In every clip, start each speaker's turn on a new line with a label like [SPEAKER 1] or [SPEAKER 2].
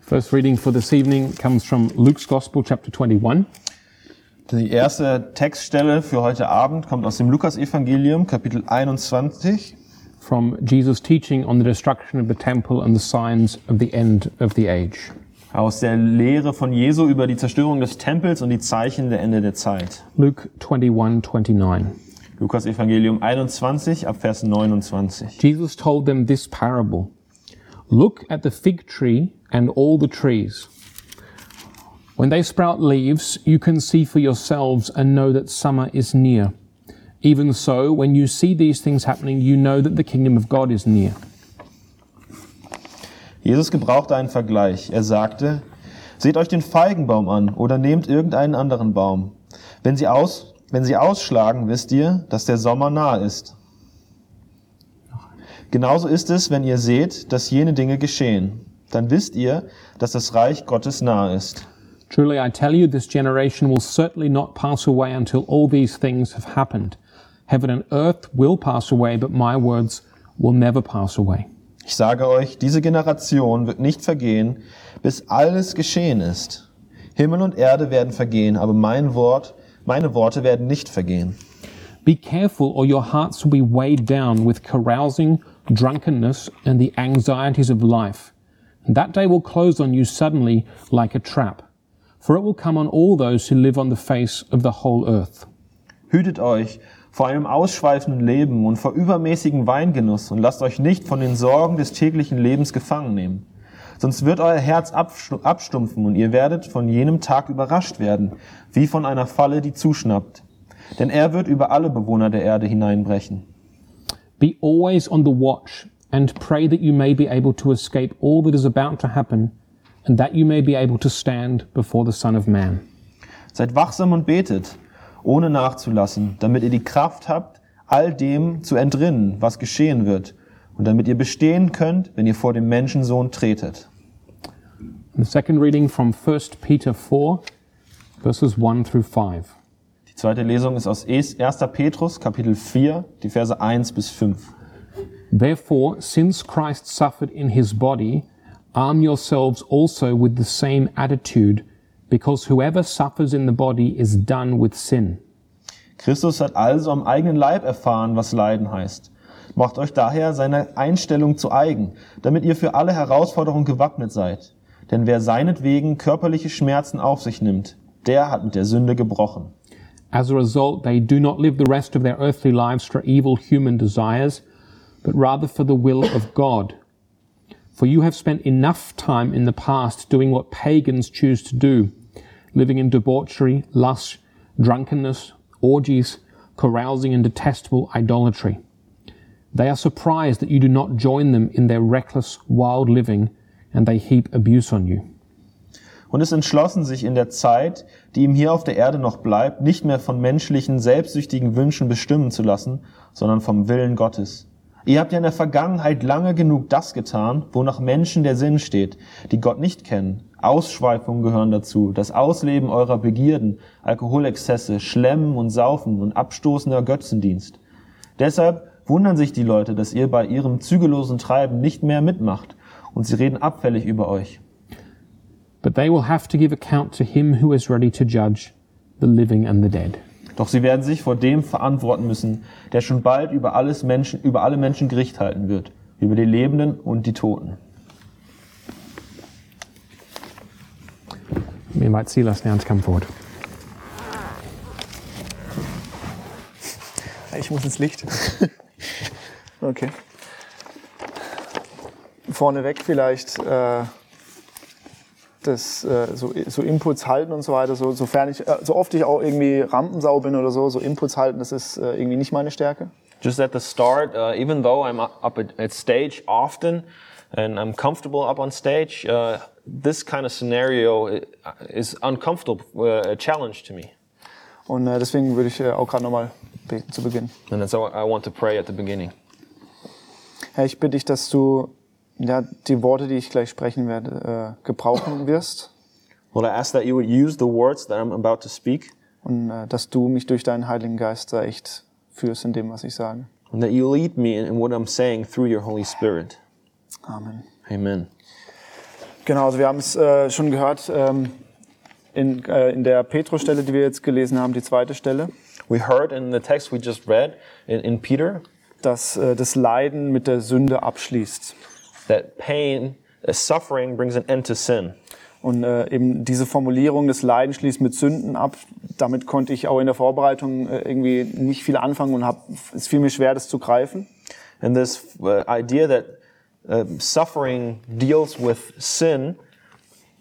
[SPEAKER 1] First reading for this evening comes from Luke's Gospel, chapter 21.
[SPEAKER 2] Die erste Textstelle für heute Abend kommt aus dem Lukasevangelium, Kapitel 21,
[SPEAKER 1] from Jesus' teaching on the destruction of the temple and the signs of the end of the age.
[SPEAKER 2] aus der Lehre von Jesu über die Zerstörung des Tempels und die Zeichen der Ende der Zeit.
[SPEAKER 1] Luke 21 29.
[SPEAKER 2] Lukas Evangelium 21 ab Vers 29.
[SPEAKER 1] Jesus told them this parable Look at the fig tree and all the trees. When they sprout leaves, you can see for yourselves and know that summer is near. Even so, when you see these things happening, you know that the kingdom of God is near.
[SPEAKER 2] Jesus gebrauchte einen Vergleich. Er sagte, seht euch den Feigenbaum an oder nehmt irgendeinen anderen Baum. Wenn sie, aus, wenn sie ausschlagen, wisst ihr, dass der Sommer nahe ist. Genauso ist es, wenn ihr seht, dass jene Dinge geschehen. Dann wisst ihr, dass das Reich Gottes nahe ist.
[SPEAKER 1] Truly, I tell you, this generation will certainly not pass away until all these things have happened. Heaven and earth will pass away, but my words will never pass away.
[SPEAKER 2] Ich sage euch, diese Generation wird nicht vergehen, bis alles geschehen ist. Himmel und Erde werden vergehen, aber mein Wort, meine Worte werden nicht vergehen.
[SPEAKER 1] Be careful, or your hearts will be weighed down with carousing, drunkenness, and the anxieties of life. And that day will close on you suddenly like a trap, for it will come on all those who live on the face of the whole earth.
[SPEAKER 2] Hütet euch vor einem ausschweifenden Leben und vor übermäßigen Weingenuss und lasst euch nicht von den Sorgen des täglichen Lebens gefangen nehmen. Sonst wird euer Herz abstu- abstumpfen und ihr werdet von jenem Tag überrascht werden, wie von einer Falle, die zuschnappt. Denn er wird über alle Bewohner der Erde hineinbrechen.
[SPEAKER 1] Be always on the watch and pray that you may be able to escape all that is about to happen and that you may be able to stand before the Son of Man.
[SPEAKER 2] Seid wachsam und betet, ohne nachzulassen, damit ihr die Kraft habt, all dem zu entrinnen, was geschehen wird, und damit ihr bestehen könnt, wenn ihr vor dem Menschensohn tretet.
[SPEAKER 1] The second reading from 1 Peter 4, verses 1 through 5.
[SPEAKER 2] Die zweite Lesung ist aus 1. Petrus, Kapitel 4, die Verse 1 bis 5.
[SPEAKER 1] Therefore, since Christ suffered in his body, arm yourselves also with the same attitude, because whoever suffers in the body is done with sin.
[SPEAKER 2] Christus hat also am eigenen Leib erfahren, was Leiden heißt. Macht euch daher seine Einstellung zu eigen, damit ihr für alle Herausforderungen gewappnet seid. Denn wer seinetwegen körperliche Schmerzen auf sich nimmt, der hat mit der Sünde gebrochen.
[SPEAKER 1] As a result, they do not live the rest of their earthly lives for evil human desires, but rather for the will of God. For you have spent enough time in the past doing what pagans choose to do, living in debauchery, lust, drunkenness, orgies, carousing, and detestable idolatry. They are surprised that you do not join them in their reckless, wild living, and they heap abuse on you.
[SPEAKER 2] und ist entschlossen, sich in der Zeit, die ihm hier auf der Erde noch bleibt, nicht mehr von menschlichen, selbstsüchtigen Wünschen bestimmen zu lassen, sondern vom Willen Gottes. Ihr habt ja in der Vergangenheit lange genug das getan, wonach Menschen der Sinn steht, die Gott nicht kennen. Ausschweifungen gehören dazu, das Ausleben eurer Begierden, Alkoholexzesse, Schlemmen und Saufen und abstoßender Götzendienst. Deshalb wundern sich die Leute, dass ihr bei ihrem zügellosen Treiben nicht mehr mitmacht, und sie reden abfällig über euch.
[SPEAKER 1] But they will have to give account to him who is ready to judge the living and the dead.
[SPEAKER 2] Doch sie werden sich vor dem verantworten müssen, der schon bald über alles Menschen, über alle Menschen Gericht halten wird, über die Lebenden und die Toten.
[SPEAKER 1] We invite Silas now to come forward.
[SPEAKER 3] Ich muss ins Licht. okay. Vorneweg vielleicht äh, das, äh, so, so Inputs halten und so weiter, so, sofern ich, äh, so oft ich auch irgendwie Rampensau bin oder so, so Inputs halten, das ist äh, irgendwie nicht meine Stärke.
[SPEAKER 2] Just at the start, uh, even though I'm up at, at stage often and I'm comfortable up on stage, uh, this kind of scenario uh, is uncomfortable, uh, a challenge to me.
[SPEAKER 3] Und äh, deswegen würde ich äh, auch gerade nochmal beten zu Beginn.
[SPEAKER 2] And that's how I want to pray at the beginning.
[SPEAKER 3] Herr, ich bitte dich, dass du ja, die Worte, die ich gleich sprechen werde, äh, gebrauchen wirst
[SPEAKER 2] Lord, I ask that you would use the words that I'm about to speak
[SPEAKER 3] und äh, dass du mich durch deinen Heiligen Geist da echt führst in dem, was ich sage.
[SPEAKER 2] and that you lead me in, in what I'm saying through your Holy Spirit.
[SPEAKER 3] Amen.
[SPEAKER 2] Amen.
[SPEAKER 3] Genau, also wir haben es äh, schon gehört ähm, in, äh, in der Petro-Stelle, die wir jetzt gelesen haben, die zweite Stelle,
[SPEAKER 2] We heard in the text we just read in, in Peter
[SPEAKER 3] dass äh, das Leiden mit der Sünde abschließt.
[SPEAKER 2] that pain, uh, suffering brings an end to sin.
[SPEAKER 3] Und äh, eben diese Formulierung, das Leiden schließt mit Sünden ab, damit konnte ich auch in der Vorbereitung äh, irgendwie nicht viel anfangen und hab, es fiel mir schwer, das zu greifen.
[SPEAKER 2] And this uh, idea that um, suffering deals with sin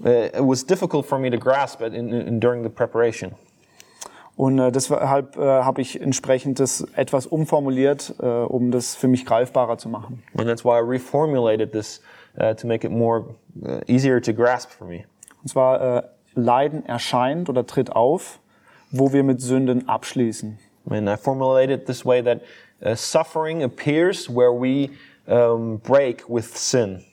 [SPEAKER 2] uh, it was difficult for me to grasp it in, in, during the preparation.
[SPEAKER 3] Und äh, deshalb äh, habe ich entsprechend das etwas umformuliert, äh, um das für mich greifbarer zu machen.
[SPEAKER 2] And that's why I reformulated this uh, to make it more uh, easier to grasp for me.
[SPEAKER 3] Und zwar äh, Leiden erscheint oder tritt auf, wo wir mit Sünden abschließen.
[SPEAKER 2] And I formulated it this way that uh, suffering appears where we um, break with sin.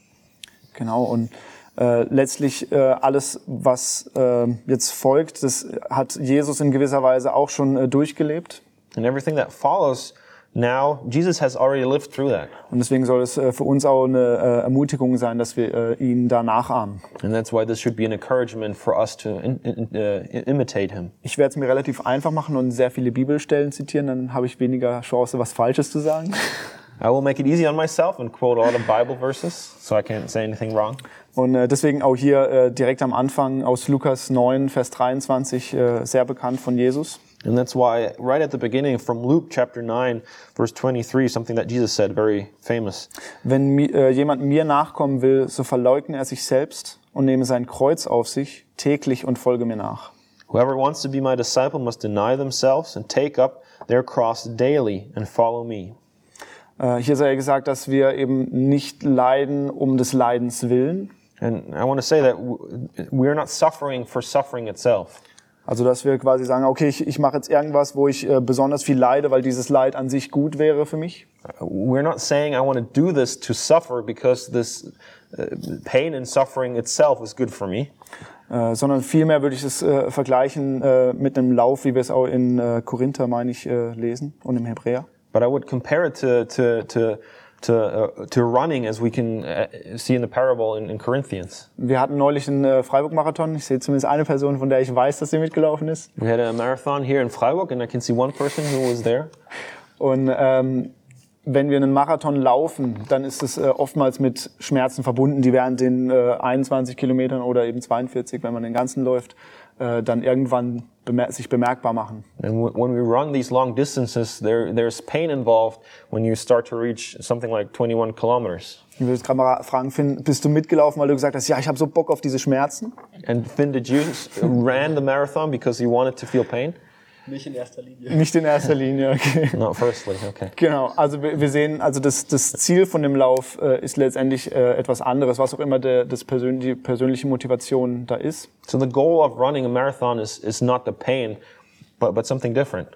[SPEAKER 3] Genau, und äh, letztlich äh, alles, was äh, jetzt folgt, das hat Jesus in gewisser Weise auch schon äh, durchgelebt.
[SPEAKER 2] And everything that follows now, Jesus has already lived through that.
[SPEAKER 3] Und deswegen soll es äh, für uns auch eine äh, Ermutigung sein, dass wir äh, ihn da nachahmen.
[SPEAKER 2] And that's why this should be an encouragement for us to in, in, uh, i- imitate him.
[SPEAKER 3] Ich werde es mir relativ einfach machen und sehr viele Bibelstellen zitieren, dann habe ich weniger Chance, was Falsches zu sagen.
[SPEAKER 2] I will make it easy on myself and quote all the Bible verses so I can't say anything wrong.
[SPEAKER 3] Und äh, deswegen auch hier äh, direkt am Anfang aus Lukas 9, Vers 23, äh, sehr bekannt von Jesus.
[SPEAKER 2] And that's why, right at the beginning from Luke chapter 9, verse 23, something that Jesus said, very famous.
[SPEAKER 3] Wenn mi äh, jemand mir nachkommen will, so verleugne er sich selbst und nehme sein Kreuz auf sich täglich und folge mir nach.
[SPEAKER 2] Whoever wants to be my disciple must deny themselves and take up their cross daily and follow me.
[SPEAKER 3] Äh, hier sei gesagt, dass wir eben nicht leiden um des Leidens willen,
[SPEAKER 2] And I want to say that w- we are not suffering for suffering itself.
[SPEAKER 3] also dass wir quasi sagen, okay, ich, ich mache jetzt irgendwas, wo ich äh, besonders viel leide, weil dieses Leid an sich gut wäre für mich.
[SPEAKER 2] We're not saying I want to do this to suffer because this uh, pain and suffering itself is good for me.
[SPEAKER 3] Äh, sondern vielmehr würde ich es äh, vergleichen äh, mit einem Lauf, wie wir es auch in äh, Korinther, meine ich, äh, lesen und im Hebräer.
[SPEAKER 2] But I would compare it to to to to, uh, to running, as we can uh, see in the parable in, in Corinthians.
[SPEAKER 3] Wir hatten neulich den äh, Freiburg-Marathon. Ich sehe zumindest eine Person, von der ich weiß, dass sie mitgelaufen ist.
[SPEAKER 2] We had a marathon here in Freiburg, and I can see one person who was there.
[SPEAKER 3] Und ähm, wenn wir einen Marathon laufen, dann ist es äh, oftmals mit Schmerzen verbunden, die während den äh, 21 Kilometern oder eben 42, wenn man den ganzen läuft, äh, dann irgendwann bemer sich bemerkbar machen.
[SPEAKER 2] And w- when we run these long distances, there there's pain involved when you start to reach something like 21 kilometers.
[SPEAKER 3] Ich würde jetzt gerade mal fragen, Finn, bist du mitgelaufen, weil du gesagt hast, ja, ich habe so Bock auf diese Schmerzen?
[SPEAKER 2] And Finn, did you s- ran the marathon because you wanted to feel pain?
[SPEAKER 4] Nicht in erster Linie.
[SPEAKER 3] Nicht in erster Linie, okay.
[SPEAKER 2] Not firstly, okay.
[SPEAKER 3] Genau, also wir wir sehen, also das, das Ziel von dem Lauf äh, ist letztendlich äh, etwas anderes, was auch immer der, das persön die persönliche Motivation da ist.
[SPEAKER 2] So the goal of running a marathon is is not the pain, but but something different.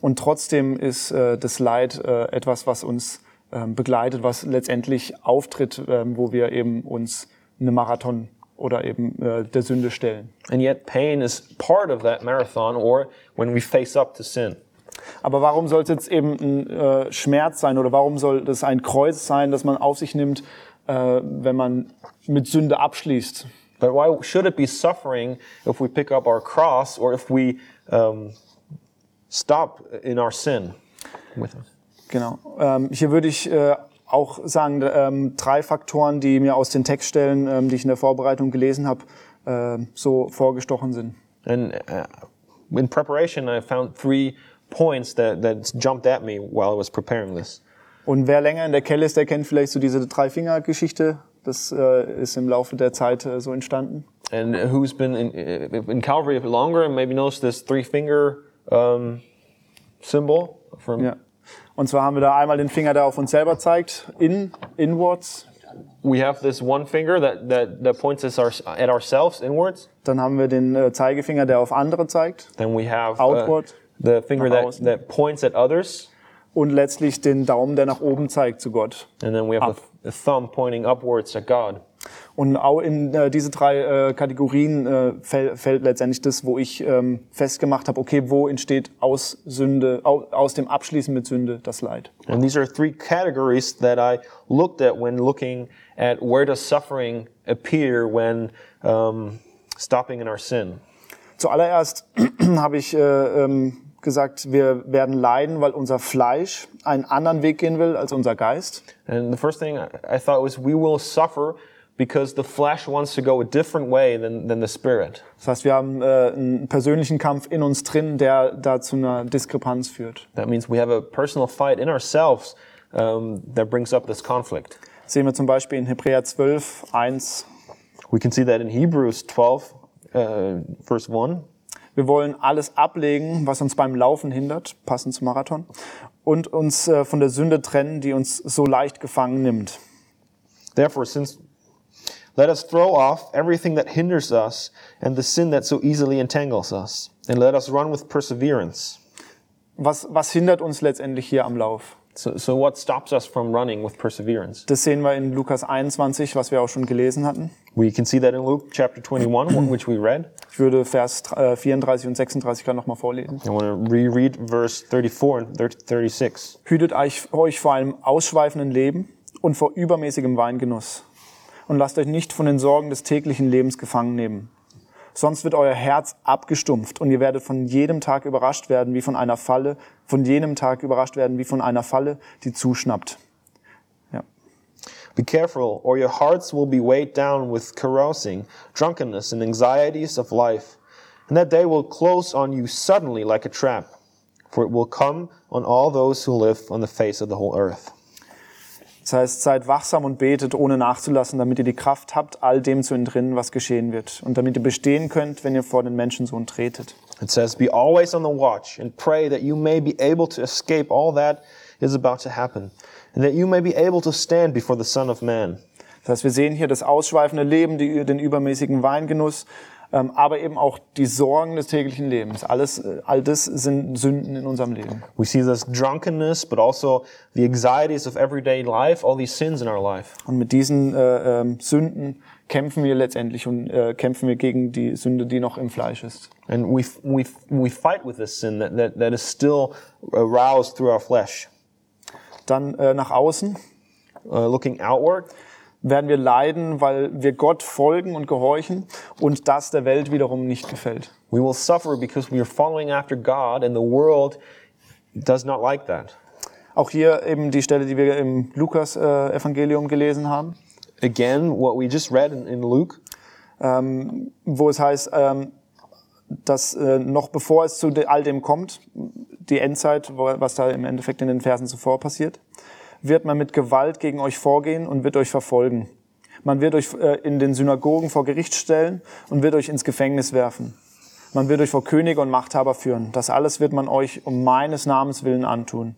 [SPEAKER 3] Und trotzdem ist äh, das Leid äh, etwas, was uns ähm, begleitet, was letztendlich auftritt, ähm, wo wir eben uns eine Marathon oder eben äh, der Sünde stellen.
[SPEAKER 2] And yet, pain is part of that marathon, or when we face up to sin.
[SPEAKER 3] Aber warum soll es jetzt eben ein äh, Schmerz sein oder warum soll das ein Kreuz sein, das man auf sich nimmt, äh, wenn man mit Sünde abschließt?
[SPEAKER 2] But why should it be suffering if we pick up our cross or if we um, stop in our sin? With us?
[SPEAKER 3] Genau. Ähm, hier würde ich äh, auch sagen, d- ähm, drei Faktoren, die mir aus den Textstellen, ähm, die ich in der Vorbereitung gelesen habe, ähm, so vorgestochen sind.
[SPEAKER 2] And uh, in preparation, I found three points that, that jumped at me while I was preparing this.
[SPEAKER 3] Und wer länger in der Kelle ist, der kennt vielleicht so diese Drei-Finger-Geschichte. Das äh, ist im Laufe der Zeit äh, so entstanden.
[SPEAKER 2] And who's been in, in Calvary longer and maybe noticed this three finger um, symbol from
[SPEAKER 3] Ja. Und zwar haben wir da einmal den Finger, der auf uns selber zeigt, in, inwards.
[SPEAKER 2] we have this one finger that, that, that points us our, at ourselves inwards.
[SPEAKER 3] Dann haben wir den äh, Zeigefinger, der auf andere zeigt.
[SPEAKER 2] Then we have uh,
[SPEAKER 3] Outward.
[SPEAKER 2] the finger
[SPEAKER 3] Nach
[SPEAKER 2] that,
[SPEAKER 3] außen.
[SPEAKER 2] that points at others.
[SPEAKER 3] Und letztlich den Daumen, der nach oben zeigt zu Gott.
[SPEAKER 2] And then we have the, the thumb pointing upwards at God.
[SPEAKER 3] Und auch in äh, diese drei äh, Kategorien äh, fäll, fällt letztendlich das, wo ich ähm, festgemacht habe, okay, wo entsteht aus Sünde, au, aus dem Abschließen mit Sünde das Leid.
[SPEAKER 2] And these are three categories that I looked at when looking at where does suffering appear when um, stopping in our sin.
[SPEAKER 3] Zuallererst habe ich äh, ähm, gesagt, wir werden leiden, weil unser Fleisch einen anderen Weg gehen will als unser Geist.
[SPEAKER 2] And the first thing I I thought was we will suffer because the flesh wants to go a different way than, than the spirit.
[SPEAKER 3] Das heißt, wir haben äh, einen persönlichen Kampf in uns drin, der da zu einer Diskrepanz führt.
[SPEAKER 2] That means we have a personal fight in ourselves um, that brings up this conflict.
[SPEAKER 3] Das sehen wir zum Beispiel in Hebräer 12, 1.
[SPEAKER 2] We can see that in Hebrews 12, uh, verse 1.
[SPEAKER 3] Wir wollen alles ablegen, was uns beim Laufen hindert, passend zum Marathon, und uns äh, von der Sünde trennen, die uns so leicht gefangen nimmt.
[SPEAKER 2] Therefore, since let us throw off everything that hinders us and the sin that so easily entangles us, and let us run with perseverance.
[SPEAKER 3] Was, was hindert uns letztendlich hier am Lauf?
[SPEAKER 2] So, so what stops us from running with perseverance?
[SPEAKER 3] Das sehen wir in Lukas 21, was wir auch schon gelesen hatten.
[SPEAKER 2] We can see that in Luke chapter 21, which we read.
[SPEAKER 3] Ich würde Vers äh, 34 und 36 gerade nochmal vorlesen.
[SPEAKER 2] I want to reread verse 34 and thir- 36.
[SPEAKER 3] Hütet euch euch vor einem ausschweifenden Leben und vor übermäßigem Weingenuss. Und lasst euch nicht von den Sorgen des täglichen Lebens gefangen nehmen. Sonst wird euer Herz abgestumpft und ihr werdet von jedem Tag überrascht werden, wie von einer Falle, von jenem Tag überrascht werden, wie von einer Falle, die zuschnappt.
[SPEAKER 2] Be careful, or your hearts will be weighed down with carousing, drunkenness, and anxieties of life. And that day will close on you suddenly like a trap, for it will come on all those who live on the face of the whole earth.
[SPEAKER 3] Das heißt, seid wachsam und betet, ohne nachzulassen, damit ihr die Kraft habt, all dem zu entrinnen, was geschehen wird. Und damit ihr bestehen könnt, wenn ihr vor den Menschensohn tretet.
[SPEAKER 2] It says, Be always on the watch, and pray that you may be able to escape all that is about to happen, and that you may be able to stand before the Son of Man.
[SPEAKER 3] Das heißt, wir sehen hier das ausschweifende Leben, die, den übermäßigen Weingenuss, ähm, aber eben auch die Sorgen des täglichen Lebens. Alles, äh, all das sind Sünden in unserem Leben.
[SPEAKER 2] We see this drunkenness, but also the anxieties of everyday life, all these sins in our life.
[SPEAKER 3] Und mit diesen äh, ähm, Sünden kämpfen wir letztendlich und äh, kämpfen wir gegen die Sünde, die noch im Fleisch ist.
[SPEAKER 2] And we, we, we fight with this sin that, that, that is still aroused through our flesh.
[SPEAKER 3] Dann äh, nach außen
[SPEAKER 2] Uh, looking outward,
[SPEAKER 3] werden wir leiden, weil wir Gott folgen und gehorchen und das der Welt wiederum nicht gefällt.
[SPEAKER 2] we will suffer because we are following after God, and the world does not like that.
[SPEAKER 3] Auch hier eben die Stelle, die wir im Lukas-Evangelium gelesen haben.
[SPEAKER 2] Again, what we just read in, in Luke,
[SPEAKER 3] wo es heißt, ähm, dass äh, noch bevor es zu de- all dem kommt, die Endzeit, wo- was da im Endeffekt in den Versen zuvor passiert, wird man mit Gewalt gegen euch vorgehen und wird euch verfolgen. Man wird euch äh, in den Synagogen vor Gericht stellen und wird euch ins Gefängnis werfen. Man wird euch vor Könige und Machthaber führen. Das alles wird man euch um meines Namens willen antun.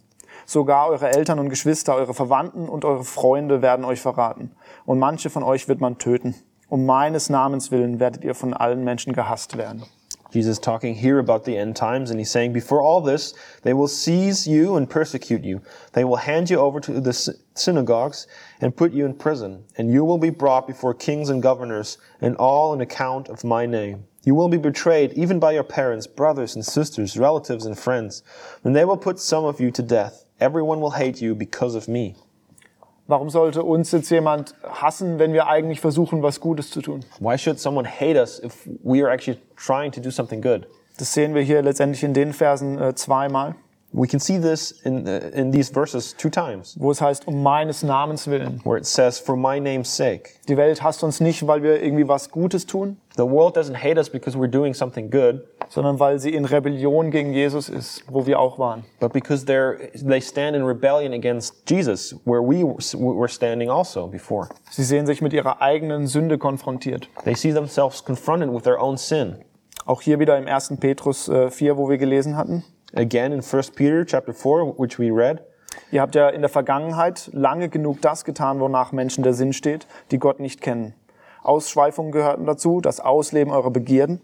[SPEAKER 3] Sogar eure Eltern und Geschwister, eure Verwandten und eure Freunde werden euch verraten. Und manche von euch wird man töten. Um meines Namens willen werdet ihr von allen Menschen gehasst werden.
[SPEAKER 2] Jesus talking here about the end times, and he's saying, Before all this, they will seize you and persecute you. They will hand you over to the sy- synagogues and put you in prison, and you will be brought before kings and governors, and all on account of my name. You will be betrayed even by your parents, brothers and sisters, relatives and friends, and they will put some of you to death. Everyone will hate you because of me.
[SPEAKER 3] Warum sollte uns jetzt jemand hassen, wenn wir eigentlich versuchen, was Gutes zu tun?
[SPEAKER 2] Why should someone hate us if we are actually trying to do something good?
[SPEAKER 3] Das sehen wir hier letztendlich in den Versen äh, zweimal,
[SPEAKER 2] We can see this in, uh, in these verses two times.
[SPEAKER 3] wo es heißt, um meines Namens willen.
[SPEAKER 2] where it says, For my name's sake.
[SPEAKER 3] Die Welt hasst uns nicht, weil wir irgendwie was Gutes tun,
[SPEAKER 2] The world doesn't hate us because we're doing something good,
[SPEAKER 3] sondern weil sie in Rebellion gegen Jesus ist, wo wir auch waren.
[SPEAKER 2] but because they're, they stand in rebellion against Jesus, where we were standing also before.
[SPEAKER 3] Sie sehen sich mit ihrer eigenen Sünde konfrontiert.
[SPEAKER 2] They see themselves confronted with their own sin.
[SPEAKER 3] Auch hier wieder im 1. Petrus äh, 4, wo wir gelesen hatten.
[SPEAKER 2] Again, in 1 Peter chapter 4, which we read,
[SPEAKER 3] Ihr habt ja in der Vergangenheit lange genug das getan, wonach Menschen der Sinn steht, die Gott nicht kennen. Ausschweifungen gehörten dazu, das Ausleben eurer Begierden,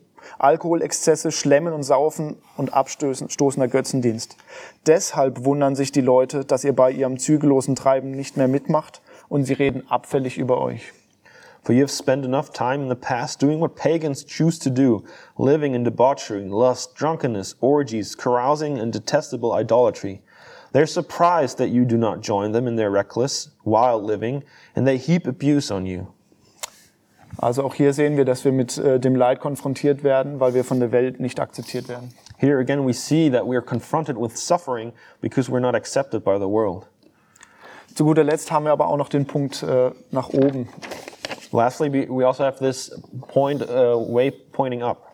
[SPEAKER 3] Alkoholexzesse, Schlemmen und Saufen und Abstoßen stoßender Götzendienst. Deshalb wundern sich die Leute, dass ihr bei ihrem zügellosen Treiben nicht mehr mitmacht und sie reden abfällig über euch.
[SPEAKER 2] For you have spent enough time in the past doing what pagans choose to do, living in debauchery, lust, drunkenness, orgies, carousing, and detestable idolatry. They're surprised that you do not join them in their reckless, wild living, and they heap abuse on you.
[SPEAKER 3] Also auch hier sehen wir, dass wir mit äh, dem Leid konfrontiert werden, weil wir von der Welt nicht akzeptiert werden.
[SPEAKER 2] Here again, we see that we are confronted with suffering because we're not accepted by the world.
[SPEAKER 3] Zu guter Letzt haben wir aber auch noch den Punkt äh, nach oben.
[SPEAKER 2] Lastly, we- we also have this point, uh, way pointing up.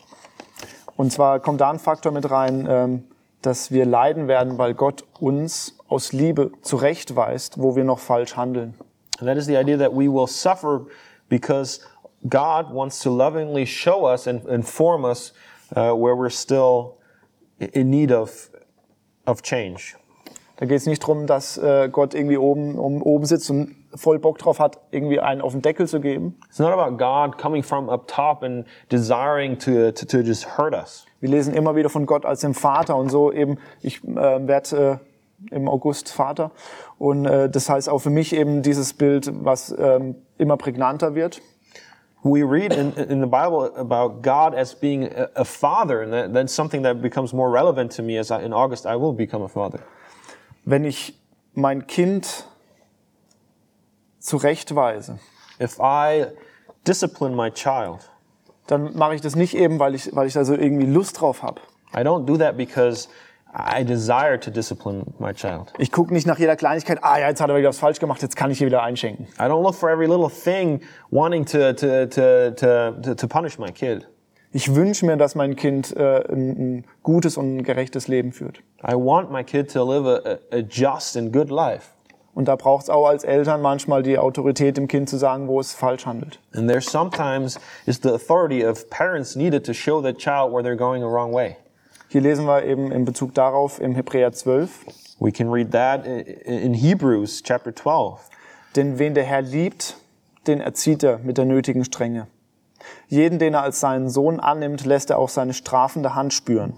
[SPEAKER 3] Und zwar kommt da ein Faktor mit rein, ähm, dass wir leiden werden, weil Gott uns aus Liebe zurechtweist, wo wir noch falsch handeln.
[SPEAKER 2] And that is the idea that we will suffer because God wants to lovingly show us and inform us uh, where we're still i- in need of, of change.
[SPEAKER 3] Da geht es nicht darum, dass äh, Gott irgendwie oben, um, oben sitzt und voll Bock drauf hat, irgendwie einen auf den Deckel zu geben.
[SPEAKER 2] It's not about God coming from up top and desiring to, to, to just hurt us.
[SPEAKER 3] Wir lesen immer wieder von Gott als dem Vater und so eben, ich äh, werde äh, im August Vater. Und äh, das heißt auch für mich eben dieses Bild, was ähm, immer prägnanter wird.
[SPEAKER 2] We read in, in the Bible about God as being a, a father, and that, that's something that becomes more relevant to me as I, in August I will become a father.
[SPEAKER 3] Wenn ich mein Kind zurechtweise,
[SPEAKER 2] If I discipline my child,
[SPEAKER 3] dann mache ich das nicht eben, weil ich, weil ich da so irgendwie Lust drauf habe.
[SPEAKER 2] I don't do that because I desire to discipline my child.
[SPEAKER 3] Ich gucke nicht nach jeder Kleinigkeit, ah ja, jetzt hat er wieder was falsch gemacht, jetzt kann ich hier wieder einschenken.
[SPEAKER 2] I don't look for every little thing wanting to, to, to, to, to, to punish my kid.
[SPEAKER 3] Ich wünsche mir, dass mein Kind äh, ein, ein gutes und ein gerechtes Leben führt.
[SPEAKER 2] I want my kid to live a, a, a just and good life.
[SPEAKER 3] Und da braucht es auch als Eltern manchmal die Autorität, dem Kind zu sagen, wo es falsch handelt.
[SPEAKER 2] And there sometimes is the authority of parents needed to show the child where they're going the wrong way.
[SPEAKER 3] Hier lesen wir eben in Bezug darauf im Hebräer 12,
[SPEAKER 2] We can read that i- i- in Hebrews chapter 12.
[SPEAKER 3] denn wen der Herr liebt, den erzieht er mit der nötigen Strenge. Jeden, den er als seinen Sohn annimmt, lässt er auch seine strafende Hand spüren.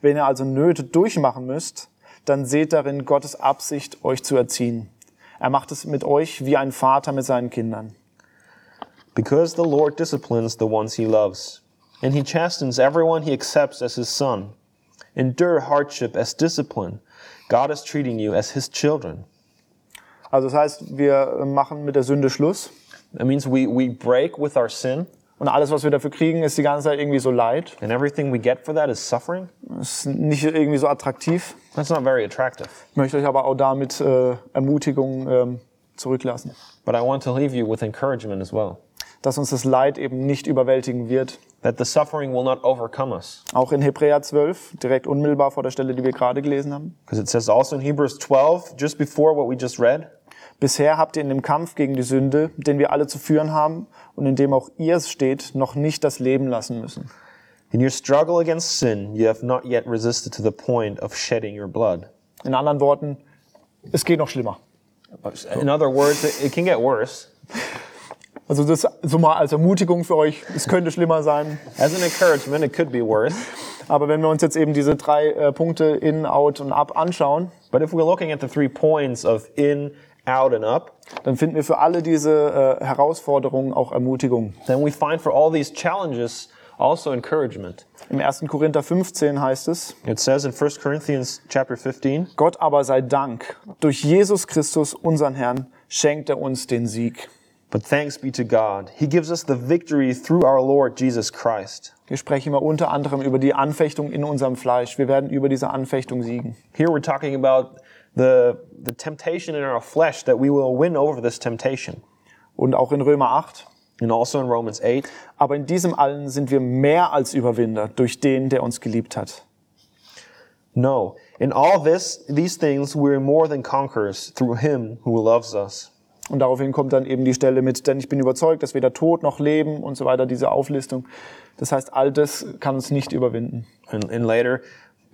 [SPEAKER 3] Wenn ihr also Nöte durchmachen müsst, dann seht darin Gottes Absicht, euch zu erziehen. Er macht es mit euch wie ein Vater mit seinen Kindern.
[SPEAKER 2] Because the Lord disciplines the ones he loves, and he chastens everyone he accepts as his son. Endure hardship as discipline. God is treating you as his children.
[SPEAKER 3] Also das heißt, wir machen mit der Sünde Schluss
[SPEAKER 2] That means we, we break with our sin,
[SPEAKER 3] und alles, was wir dafür kriegen, ist die ganze Zeit irgendwie so leid.
[SPEAKER 2] and everything we get for that is suffering.
[SPEAKER 3] Ist nicht irgendwie so attraktiv.
[SPEAKER 2] That's not very attractive.
[SPEAKER 3] Ich möchte euch aber auch damit äh, Ermutigung ähm, zurücklassen,
[SPEAKER 2] But I want to leave you with encouragement as well
[SPEAKER 3] dass uns das Leid eben nicht überwältigen wird.
[SPEAKER 2] that the suffering will not overcome us.
[SPEAKER 3] Auch in Hebräer 12, direkt unmittelbar vor der Stelle, die wir gerade gelesen haben.
[SPEAKER 2] Because it says also in Hebrews 12, just before what we just read,
[SPEAKER 3] Bisher habt ihr in dem Kampf gegen die Sünde, den wir alle zu führen haben und in dem auch ihr es steht, noch nicht das Leben lassen müssen.
[SPEAKER 2] In your struggle against sin, you have not yet resisted to the point of shedding your blood.
[SPEAKER 3] In anderen Worten, es geht noch schlimmer.
[SPEAKER 2] In other words, it, it can get worse.
[SPEAKER 3] Also das so mal als Ermutigung für euch, es könnte schlimmer sein.
[SPEAKER 2] As an encouragement, it could be worse.
[SPEAKER 3] Aber wenn wir uns jetzt eben diese drei äh, Punkte in, out und up anschauen,
[SPEAKER 2] But if we're looking at the three points of in, out, and up,
[SPEAKER 3] dann finden wir für alle diese äh, Herausforderungen auch Ermutigung.
[SPEAKER 2] then we find for all these challenges also encouragement.
[SPEAKER 3] Im 1. Korinther 15 heißt es,
[SPEAKER 2] It says in 1 Corinthians chapter 15,
[SPEAKER 3] Gott aber sei Dank, durch Jesus Christus, unseren Herrn, schenkt er uns den Sieg.
[SPEAKER 2] But thanks be to God, He gives us the victory through our Lord Jesus Christ.
[SPEAKER 3] Hier sprechen wir unter anderem über die Anfechtung in unserem Fleisch. Wir werden über diese Anfechtung siegen.
[SPEAKER 2] Here we're talking about the, the temptation in our flesh that we will win over this temptation.
[SPEAKER 3] Und auch in Römer 8.
[SPEAKER 2] And also in Romans 8,
[SPEAKER 3] Aber in diesem allen sind wir mehr als Überwinder durch den, der uns geliebt hat.
[SPEAKER 2] No, in all this, these things, we're more than conquerors through Him who loves us.
[SPEAKER 3] Und daraufhin kommt dann eben die Stelle mit, denn ich bin überzeugt, dass weder Tod noch Leben und so weiter, diese Auflistung. Das heißt, all das kann uns nicht überwinden.
[SPEAKER 2] And, and later,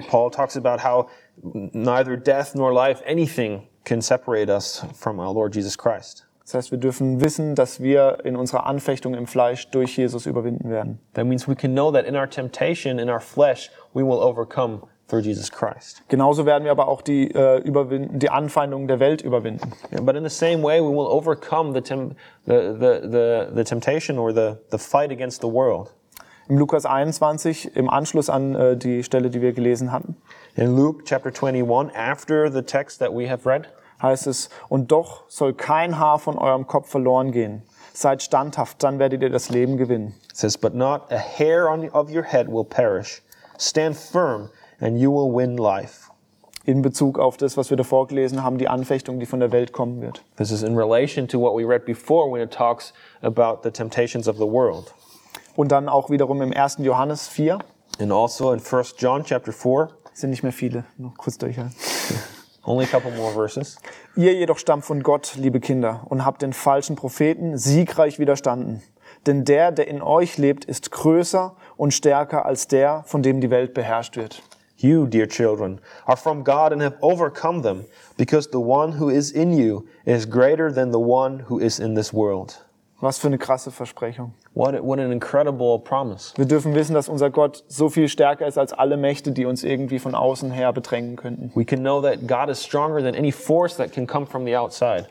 [SPEAKER 2] Paul talks about how neither death nor life, anything, can separate us from our Lord Jesus Christ.
[SPEAKER 3] Das heißt, wir dürfen wissen, dass wir in unserer Anfechtung im Fleisch durch Jesus überwinden werden.
[SPEAKER 2] That means we can know that in our temptation, in our flesh, we will overcome through Jesus Christ.
[SPEAKER 3] Genauso werden wir aber auch die, äh, überwinden, die Anfeindungen der Welt überwinden.
[SPEAKER 2] Yeah, But in the same way, we will overcome the, tem- the, the, the, the temptation or the, the fight against the world.
[SPEAKER 3] im Lukas 21 im Anschluss an äh, die Stelle, die wir gelesen hatten,
[SPEAKER 2] In Luke chapter 21, after the text that we have read,
[SPEAKER 3] heißt es, und doch soll kein Haar von eurem Kopf verloren gehen. Seid standhaft, dann werdet ihr das Leben gewinnen.
[SPEAKER 2] it says, But not a hair on, of your head will perish. Stand firm, and you will win life.
[SPEAKER 3] In Bezug auf das, was wir davor gelesen haben, die Anfechtung, die von der Welt kommen wird.
[SPEAKER 2] This is in relation to what we read before when it talks about the temptations of the world.
[SPEAKER 3] Und dann auch wiederum im 1. Johannes 4,
[SPEAKER 2] And also in 1 John chapter 4,
[SPEAKER 3] sind nicht mehr viele, noch kurz durchhalten.
[SPEAKER 2] only a couple more verses.
[SPEAKER 3] Ihr jedoch stammt von Gott, liebe Kinder, und habt den falschen Propheten siegreich widerstanden. Denn der, der in euch lebt, ist größer und stärker als der, von dem die Welt beherrscht wird.
[SPEAKER 2] You, dear children, are from God and have overcome them, because the one who is in you is greater than the one who is in this world.
[SPEAKER 3] Was für eine krasse Versprechung.
[SPEAKER 2] What, what an incredible promise.
[SPEAKER 3] Wir dürfen wissen, dass unser Gott so viel stärker ist als alle Mächte, die uns irgendwie von außen her bedrängen könnten.
[SPEAKER 2] We can know that God is stronger than any force that can come from the outside.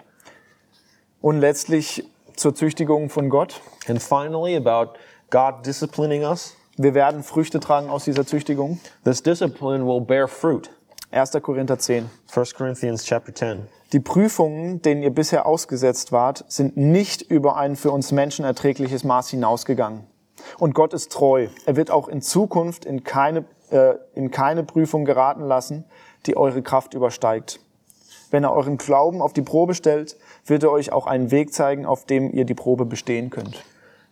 [SPEAKER 3] Und letztlich zur Züchtigung von Gott.
[SPEAKER 2] And finally, about God disciplining us,
[SPEAKER 3] Wir werden Früchte tragen aus dieser Züchtigung.
[SPEAKER 2] this discipline will bear fruit.
[SPEAKER 3] 1. Korinther 10.
[SPEAKER 2] 1 Corinthians chapter 10.
[SPEAKER 3] Die Prüfungen, denen ihr bisher ausgesetzt wart, sind nicht über ein für uns Menschen erträgliches Maß hinausgegangen. Und Gott ist treu. Er wird auch in Zukunft in keine, äh, in keine Prüfung geraten lassen, die eure Kraft übersteigt. Wenn er euren Glauben auf die Probe stellt, wird er euch auch einen Weg zeigen, auf dem ihr die Probe bestehen könnt.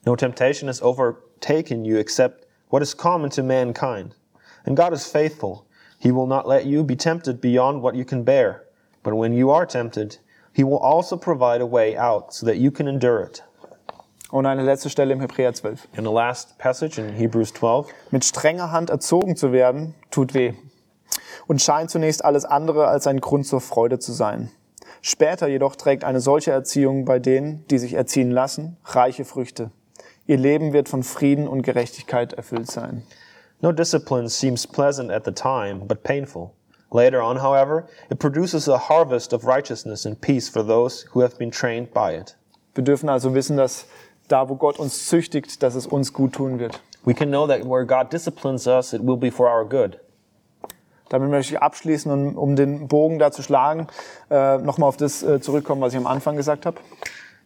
[SPEAKER 2] No temptation has overtaken you except what is common to mankind. And God is faithful. He will not let you be tempted beyond what you can bear. But when you are tempted, He will also provide a way out so that you can endure it.
[SPEAKER 3] Und eine letzte Stelle im Hebräer 12.
[SPEAKER 2] And the last passage in Hebrews 12
[SPEAKER 3] Mit strenger Hand erzogen zu werden, tut weh und scheint zunächst alles andere als ein Grund zur Freude zu sein. Später jedoch trägt eine solche Erziehung bei denen, die sich erziehen lassen, reiche Früchte. Ihr Leben wird von Frieden und Gerechtigkeit erfüllt sein.
[SPEAKER 2] No discipline seems pleasant at the time, but painful. Later on, however, it produces a harvest of righteousness and peace for those who have been trained by it.
[SPEAKER 3] Wir dürfen also wissen, dass da, wo Gott uns züchtigt, dass es uns gut tun wird.
[SPEAKER 2] We can know that where God disciplines us, it will be for our good.
[SPEAKER 3] Damit möchte ich abschließen und um den Bogen da zu schlagen, äh, nochmal auf das äh, zurückkommen, was ich am Anfang gesagt habe.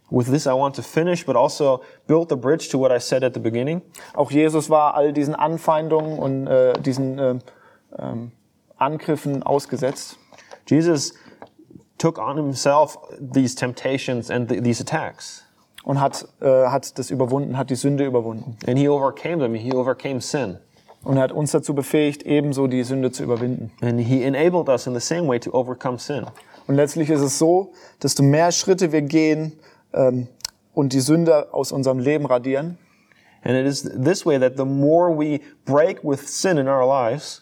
[SPEAKER 2] With this, I want to finish, but also build the bridge to what I said at the beginning.
[SPEAKER 3] Auch Jesus war all diesen Anfeindungen und äh, diesen äh, ähm, Angriffen ausgesetzt.
[SPEAKER 2] Jesus took on himself these temptations and th- these attacks,
[SPEAKER 3] und hat, äh, hat das überwunden, hat die Sünde überwunden.
[SPEAKER 2] and he overcame them. He overcame sin,
[SPEAKER 3] Und er hat uns dazu befähigt, ebenso die Sünde zu überwinden.
[SPEAKER 2] and he enabled us in the same way to overcome sin.
[SPEAKER 3] Und letztlich ist es so, desto mehr Schritte wir gehen ähm, und die Sünde aus unserem Leben radieren,
[SPEAKER 2] And it is this way that the more we break with sin in our lives,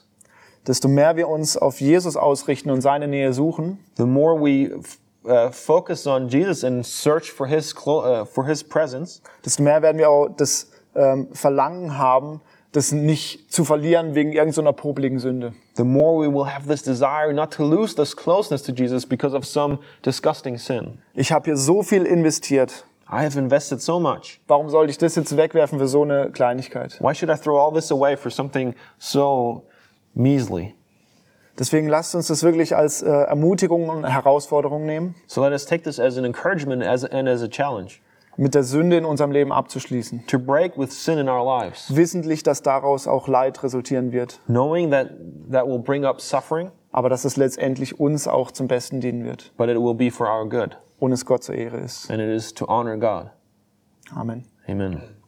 [SPEAKER 3] desto mehr wir uns auf Jesus ausrichten und seine Nähe suchen,
[SPEAKER 2] the more we f- uh, focus on Jesus and search for his clo- uh, for his presence,
[SPEAKER 3] desto mehr werden wir auch das ähm, Verlangen haben, das nicht zu verlieren wegen irgendeiner popligen Sünde.
[SPEAKER 2] the more we will have this desire not to lose this closeness to Jesus because of some disgusting sin.
[SPEAKER 3] Ich habe hier so viel investiert.
[SPEAKER 2] I have invested so much.
[SPEAKER 3] Warum sollte ich das jetzt wegwerfen für so eine Kleinigkeit?
[SPEAKER 2] Why should I throw all this away for something so measly?
[SPEAKER 3] Deswegen lasst uns das wirklich als äh, Ermutigung und Herausforderung nehmen,
[SPEAKER 2] So let us take this as an encouragement as, and as a challenge
[SPEAKER 3] mit der Sünde in unserem Leben abzuschließen.
[SPEAKER 2] to break with sin in our lives,
[SPEAKER 3] Wissentlich, dass daraus auch Leid resultieren wird,
[SPEAKER 2] knowing that that will bring up suffering,
[SPEAKER 3] aber dass es letztendlich uns auch zum Besten dienen wird
[SPEAKER 2] but it will be for our good
[SPEAKER 3] und es Gott zur Ehre ist.
[SPEAKER 2] and it is to honor God.
[SPEAKER 3] Amen.
[SPEAKER 2] Amen.